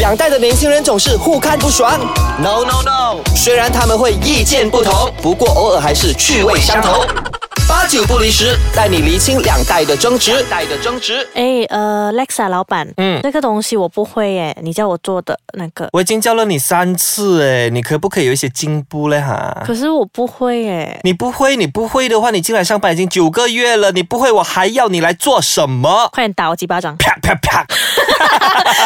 两代的年轻人总是互看不爽。 No no no，虽然他们会意见不同，不过偶尔还是趣味相投。八九不离十，带你厘清两代的争执。代的争执。哎，呃，Lexa 老板，嗯这个东西我不会耶，你叫我做的那个，我已经教了你三次诶，你可不可以有一些进步嘞哈？可是我不会耶。你不会，你不会的话，你进来上班已经九个月了，你不会，我还要你来做什么？！快点打我几巴掌 啪啪啪！嗯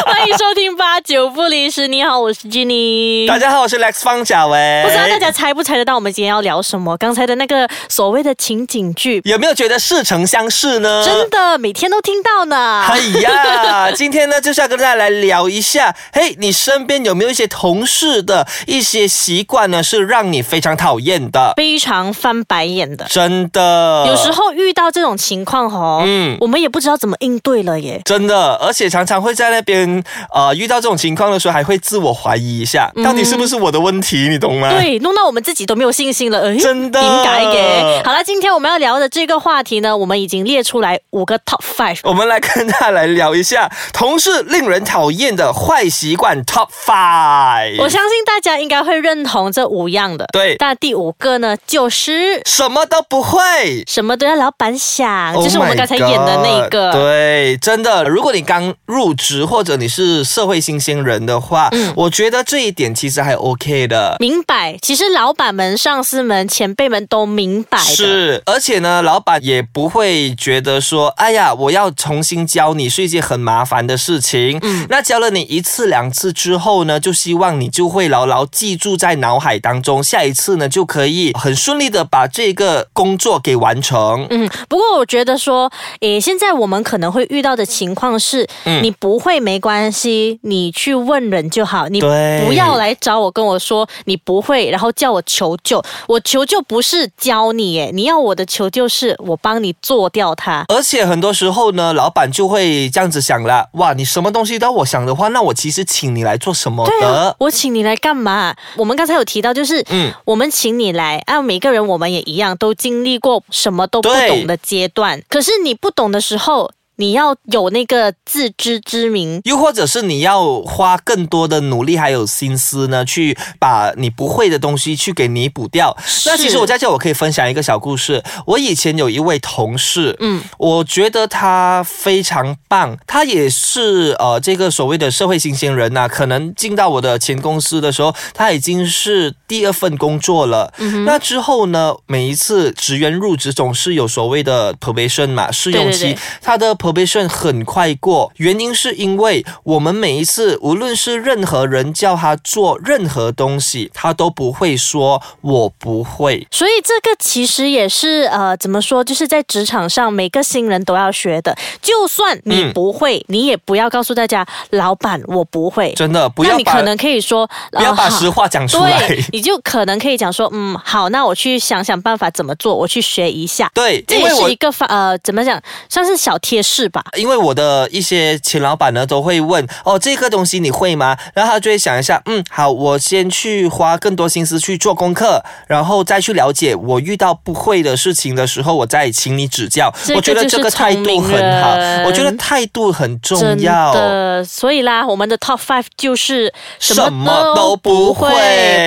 欢迎收听八九不离十，你好，我是 Jenny。大家好，我是 Lex 方小维。不知道大家猜不猜得到我们今天要聊什么？刚才的那个所谓的情景剧，有没有觉得似曾相识呢？真的每天都听到呢。 哎呀，今天呢就是要跟大家来聊一下，嘿，你身边有没有一些同事的一些习惯呢，是让你非常讨厌的？非常翻白眼的。真的，有时候遇到这种情况吼，呃嗯我们也不知道怎么应对了耶。真的，而且常常会在那边呃遇到这种情况的时候，还会自我怀疑一下，到底是不是我的问题，你懂 吗？。嗯对，弄到我们自己都没有信心了，哎，真的应该耶。好了，今天我们要聊的这个话题呢，我们已经列出来五个 top five。我们来跟大家来聊一下同事令人讨厌的坏习惯 Top 我 Five。相信大家应该会认同这五样的。对但第五个呢，就是什么都不会，什么都要老板想，啊就是我 Oh 们 my 刚才演的那一 God，个。对，真的，如果你刚入职或者你是社会新鲜人的话，嗯我觉得这一点其实还 OK 的。明白，其实老板们、上司们、前辈们都明白的。是，而且呢，老板也不会觉得说，哎呀，我要重新教你是一件很麻烦的事情。嗯，那教了你一次两次之后呢，就希望你就会牢牢记住在脑海当中，下一次呢就可以很顺利的把这个工作给完成。嗯，不过我觉得说，诶，现在我们可能会遇到的情况是，嗯你不会没关系，你去问人就好，你对不要来找我跟我说你不会，然后叫我求救。我求救不是教你，耶，你要我的求救是我帮你做掉它。而且很多时候呢，老板就会这样子想啦，哇，你什么东西都要我想的话，那我其实请你来做什么对啊的？，我请你来干嘛？我们刚才有提到，就是，嗯我们请你来啊，每个人我们也一样，都经历过什么都不对懂的阶段。可是你不懂的时候，你要有那个自知之明，又或者是你要花更多的努力还有心思呢，去把你不会的东西去给弥补掉。那其实我在这我可以分享一个小故事。我以前有一位同事，嗯，我觉得他非常棒，他也是呃这个所谓的社会新鲜人呐、可能进到我的前公司的时候，他已经是第二份工作了。嗯那之后呢，每一次职员入职总是有所谓的 probation 嘛，试用期。对对对他的 probation 很快过，原因是因为我们每一次，无论是任何人叫他做任何东西，他都不会说我不会。所以这个其实也是呃，怎么说，就是在职场上每个新人都要学的。就算你嗯不会，你也不要告诉大家，老板我不会。真的，不那要你把可能可以说，不要呃把好实话讲出来。对，你就可能可以讲说，嗯，好，那我去想想办法怎么做，我去学一下。对，这因也为是我一个发呃，怎么讲，算是小贴士吧。因为我的一些前老板呢都会问哦，这个东西你会吗？然后他就会想一下，嗯，好，我先去花更多心思去做功课，然后再去了解。我遇到不会的事情的时候，我再请你指教。这个我觉得就是这个态度很好聪明，人我觉得态度很重真要。的，所以啦，我们的 top five 就是什么都不会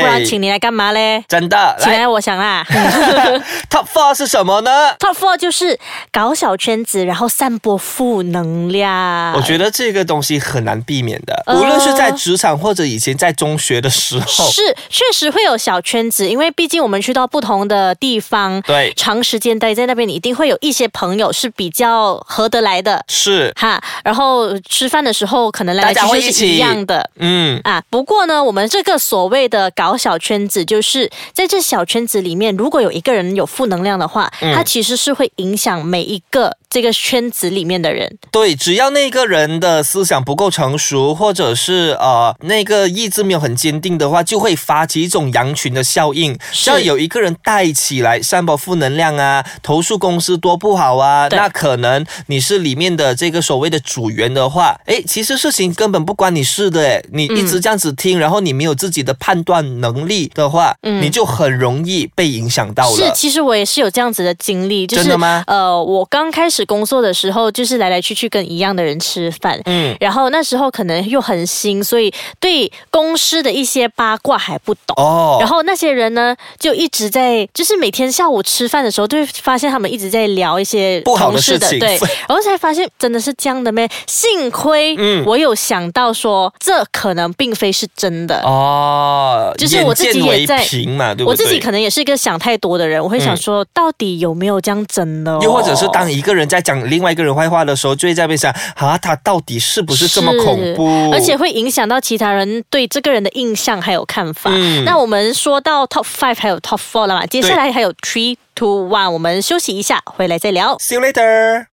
不然请你来干嘛嘞？真的，请来来，我想 啦。 嗯，Top Four 是什么呢？ Top four 就是搞小圈子，然后散播负能量。我觉得这个东西很难避免的，呃无论是在职场或者以前在中学的时候，是，确实会有小圈子，因为毕竟我们去到不同的地方，对长时间待在那边，你一定会有一些朋友是比较合得来的是，哈。然后吃饭的时候，可能来来大家会去一去起是一样的。嗯。啊，不过呢，我们这个所谓的搞小圈子，就是在这小圈子里面，如果有一个人有负能量的话，嗯他其实是会影响每一个这个圈子里面的人。对，只要那个人的思想不够成熟，或者是呃那个意志没有很坚定的话，就会发起一种羊群的效应。只要有一个人带起来散播负能量啊，投诉公司多不好啊，对那可能你是里面的这个所谓的组员的话，诶，其实事情根本不关你事的，诶，你一直这样子听，然后你没有自己的判断能力的话，你就很容易被影响到嗯是，了。其实我也是有这样子的经历，就是真的吗呃，我刚开始工作的时候，就是来来去去跟一样的人吃饭，嗯嗯，然后那时候可能又很新，所以对公司的一些八卦还不懂。哦，然后那些人呢，就一直在，就是每天下午吃饭的时候，就会发现他们一直在聊一些不好的同事事情 对，然后才发现真的是这样的咩？幸亏，嗯我有想到说，这可能并非是真的。哦，就是我自己眼见为也在凭嘛，对不对？嗯我自己可能也是一个想太多的人，我会想说，到底有没有这样真的、哦？又或者是当一个人在讲另外一个人坏话的时候，就会在那边想啊，他到底是不是这么恐怖？而且会影响到其他人对这个人的印象还有看法。嗯那我们说到 top five 还有 top four 了嘛，接下来还有 three two one，我们休息一下，回来再聊。 ，see you later。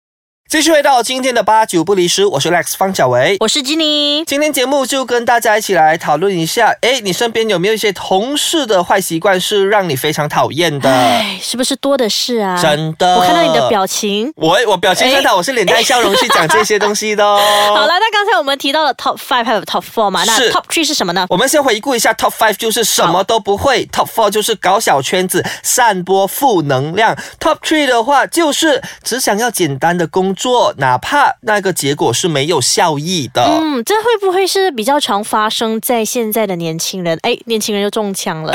继续回到今天的八九不离十，我是 Lex 方小维。我是 Jenny，今天节目就跟大家一起来讨论一下，哎，你身边有没有一些同事的坏习惯是让你非常讨厌的？哎，是不是多的是啊？真的我看到你的表情。我我表情真的，我是脸带笑容去讲这些东西的哦。 好了，那刚才我们提到了 top five 还有 top four 嘛，那是哦 top three 是什么呢？我们先回顾一下 Top Five，就是什么都不会；Top Four 就是搞小圈子、散播负能量；Top Three 的话就是只想要简单的工作，哪怕那个结果是没有效益的。嗯，这会不会是比较常发生在现在的年轻人？哎，年轻人又中枪了。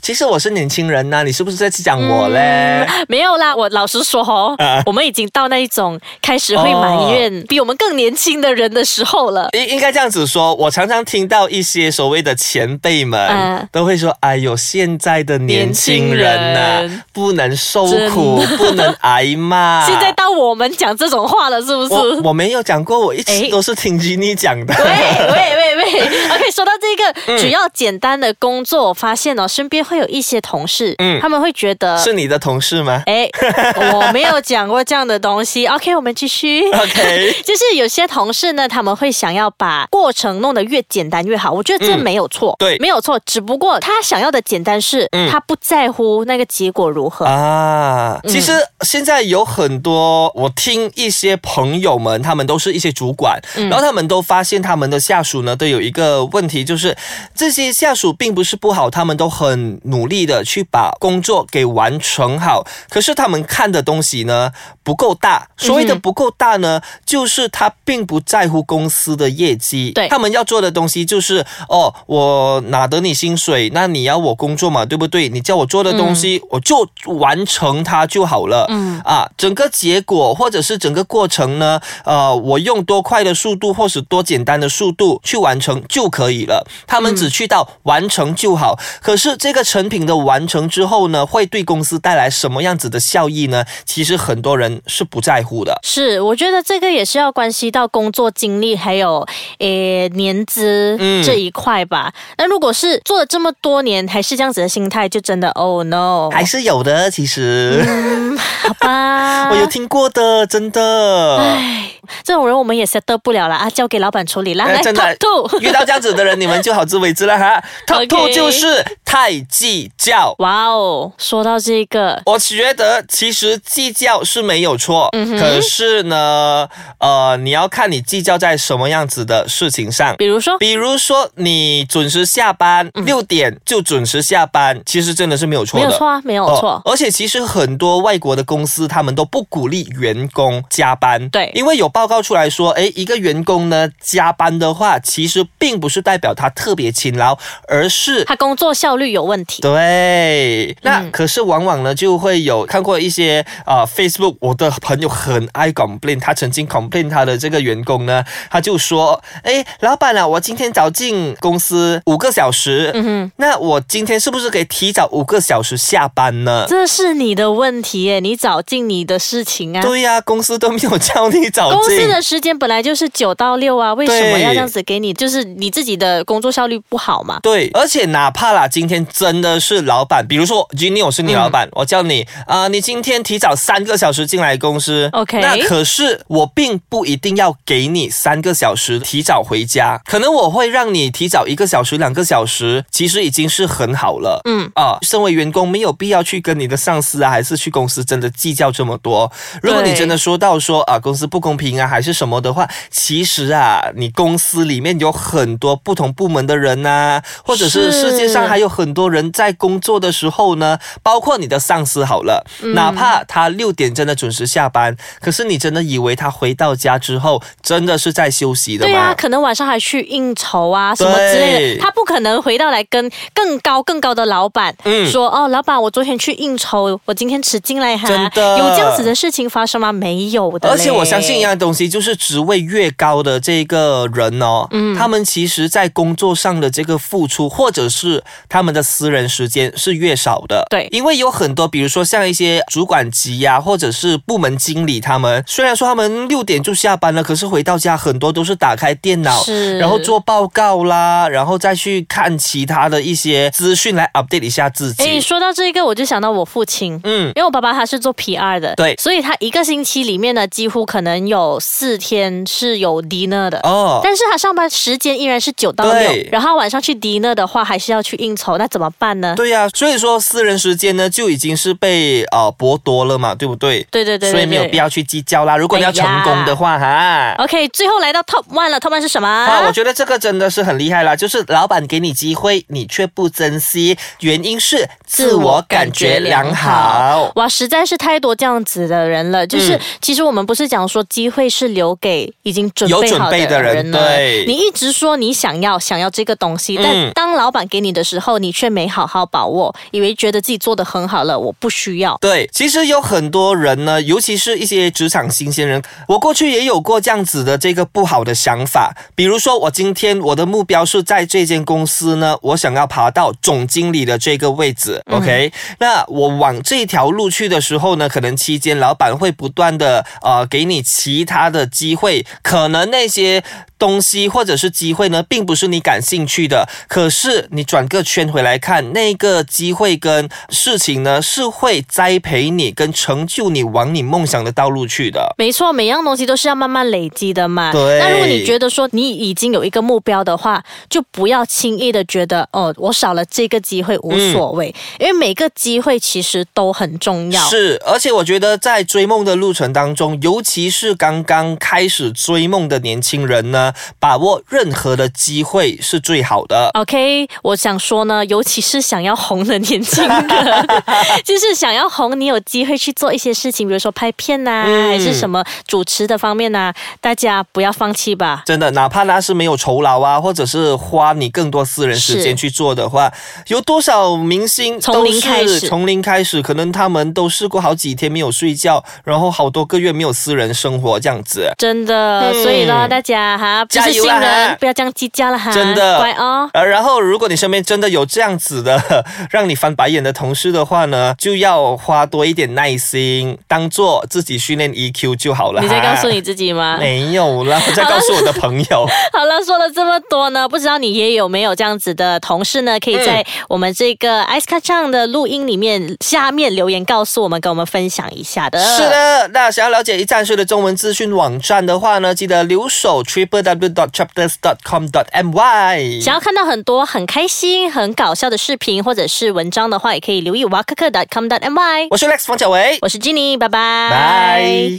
其实我是年轻人呐、你是不是在讲我嘞？ 没有啦，我老实说哦，啊我们已经到那一种开始会埋哦怨比我们更年轻的人的时候了。应应该这样子说，我常常听到一些所谓的前辈们、嗯都会说：“哎呦，现在的年轻人呐、年轻人不能受苦，真不能挨骂。” 现在到我们讲这种话了，是不是？啊我我没有讲过，我一直哎都是听 Jenny 讲的。 喂喂喂喂，OK，说到这嗯个，只要简单的工作，我发现哦，身边会有一些同事，嗯他们会觉得，是你的同事吗哎，我没有讲过这样的 东西。OK，我们继续。 ？OK， 就是有些同事呢，他们会想要把过程弄得越简单越好，我觉得这嗯没有错，对没有错。只不过他想要的简单是，嗯他不在乎那个结果如何。啊，其实现在有很多，我听一些朋友们，他们都是一些主管，然后他们都发现他们的下属呢，都有一个问题，就是这些下属并不是不好，他们都很努力的去把工作给完成好，可是他们看的东西呢不够大，所谓的不够大呢，就是他并不在乎公司的业绩，对他们要做的东西就是哦，我拿得你薪水，那你要我工作嘛，对不对？你叫我做的东西，我就完成它就好了。嗯啊，整个结果或者是整个过程呢，呃，我用多快的速度或是多简单的速度去完成就可以了。他们只去到完成就好。可是这个成品的完成之后呢，会对公司带来什么样子的效益呢？其实很多人是不在乎的。是，我觉得这个也是要关系到工作经历还有诶年资嗯这一块吧。那如果是做了这么多年还是这样子的心态，就真的 Oh no，还是有的，其实、嗯好吧 我有听过的，真的。 这种人我们也 settle 不了了啊，交给老板处理啦。哎来真的 top two，遇到这样子的人，你们就好自为之了哈。Top OK two 就是太计较。哇哦，说到这个，我觉得其实计较是没有错，嗯可是呢，呃，你要看你计较在什么样子的事情上。比如说比如说，你准时下班，六、点就准时下班，其实真的是没有错嗯没的。有错啊，没有错。哦而且其实很多外国的公司，他们都不鼓励员工加班。对因为有报告出来说，诶，一个员工呢加班的话，其实并不是代表他特别勤劳，而是。他工作效率有问题。对，那可是往往呢，就会有看过一些啊、呃 Facebook，我的朋友很爱 complain，他曾经 complain 他的这个员工呢，他就说，诶，老板啊，我今天早进公司五个小时，嗯哼，那我今天是不是可以提早五个小时下班呢？这是你的问题耶，你找尽你的事情啊。对呀、公司都没有叫你早公进司。的时间本来就是九到六啊，为什么对要这样子给你？就是你自己的工作效率不好嘛。对，而且哪怕啦，今天真的是老板，比如说 Jenny，我是你老嗯板，我叫你啊、你今天提早三个小时进来公司 OK 那可是我并不一定要给你三个小时提早回家，可能我会让你提早一个小时、两个小时，其实已经是很好了。嗯啊，身为员工没有必要去跟你的上司啊，还是去公司真的计较这么多。如果你对真的说到说啊，公司不公平啊，还是什么的话，其实啊，你公司里面有很多不同部门团的人呐、或者是是世界上还有很多人在工作的时候呢，包括你的上司好了，嗯哪怕他六点真的准时下班，可是你真的以为他回到家之后真的是在休息的对啊，吗？可能晚上还去应酬啊什么之类对的，他不可能回到来跟更高更高的老板嗯说、哦，老板，我昨天去应酬，我今天迟进来哈，真的有这样子的事情发生吗？没有的嘞，而且我相信一样东西，就是职位越高的这个人哦，嗯他们其实在工作上的这个付出，或者是他们的私人时间是越少的。对因为有很多，比如说像一些主管级呀、或者是部门经理，他们虽然说他们六点就下班了，可是回到家很多都是打开电脑，是然后做报告啦，然后再去看其他的一些资讯来 update 一下自哎，己。说到这个，我就想到我父亲，嗯嗯，因为我爸爸他是做 PR 的，对所以他一个星期里面呢，几乎可能有四天是有 dinner 的。哦，但是他上班时间依然是九到六对，然后晚上去 dinner 的话，还是要去应酬，那怎么办呢？对呀、所以说私人时间呢就已经是被呃剥夺了嘛，对不对？对对对对所以没有对哎必要去计较啦。如果你要成功的话，哈。 OK，最后来到 Top One 了，Top One 是什么？啊，我觉得这个真的是很厉害啦，就是老板给你机会，你却不珍惜，原因是自我感觉良好。哇，实在是太多这样子的人了。就是、嗯其实我们不是讲说机会是留给已经准备好有准备的的人人呢？对你一直说你想要想要这个东西，嗯但当老板给你的时候，你却没好好把握，以为觉得自己做的很好了，我不需要。对，其实有很多人呢，尤其是一些职场新鲜人，我过去也有过这样子的这个不好的想法。比如说，我今天我的目标是在这间公司呢，我想要爬到总经理的这个位置、o k 那我往这条路去的时候呢，可能期间老板会不断的呃给你其他的机会，可能那些东西或者是机会呢，并不是你感兴趣的，可是你转个圈回来看，那个机会跟事情呢，是会栽培你跟成就你往你梦想的道路去的。没错，每样东西都是要慢慢累积的嘛。对那如果你觉得说你已经有一个目标的话，就不要轻易的觉得哦，我少了这个机会无所谓，因为每个机会其实都很重要。嗯是，而且我觉得在追梦的路程当中，尤其是刚刚开始追梦的年轻人呢，把握任何的机会是最好的。 OK，我想说呢，尤其是想要红的年 轻人，就是想要红，你有机会去做一些事情，比如说拍片呐、嗯还是什么主持的方面呐、大家不要放弃吧。真的，哪怕那是没有酬劳啊，或者是花你更多私人时间是去做的话，有多少明星从都零是开始从零开始，可能他们都试过好几天没有睡觉，然后好多个月没有私人生活这样子。真的，嗯所以呢，大家哈，不加是油新啦人哈，不要这样计较了哈，真的乖哦。呃，然后如果你身边真的有这样子的让你翻白眼的同事的话呢，就要花多一点耐心，当做自己训练 EQ 就好了。你在告诉哈你自己吗？ 没有啦，我在告诉我的朋友。好了，说了这么多呢，不知道你也有没有这样子的同事呢？可以在我们这个 Ice c a t c h a n 的录音里面下面留言告诉我们，跟我们分享一下的。是。的，那想要了解一站式的中文资讯网站的话呢，记得留守 triple w dot chapters dot com dot my。想要看到很多很开心、很搞笑的视频或者是文章的话，也可以留意 w a k a k a c o m m y 我是 Lex 冯小维，我是 Jenny，拜拜。拜。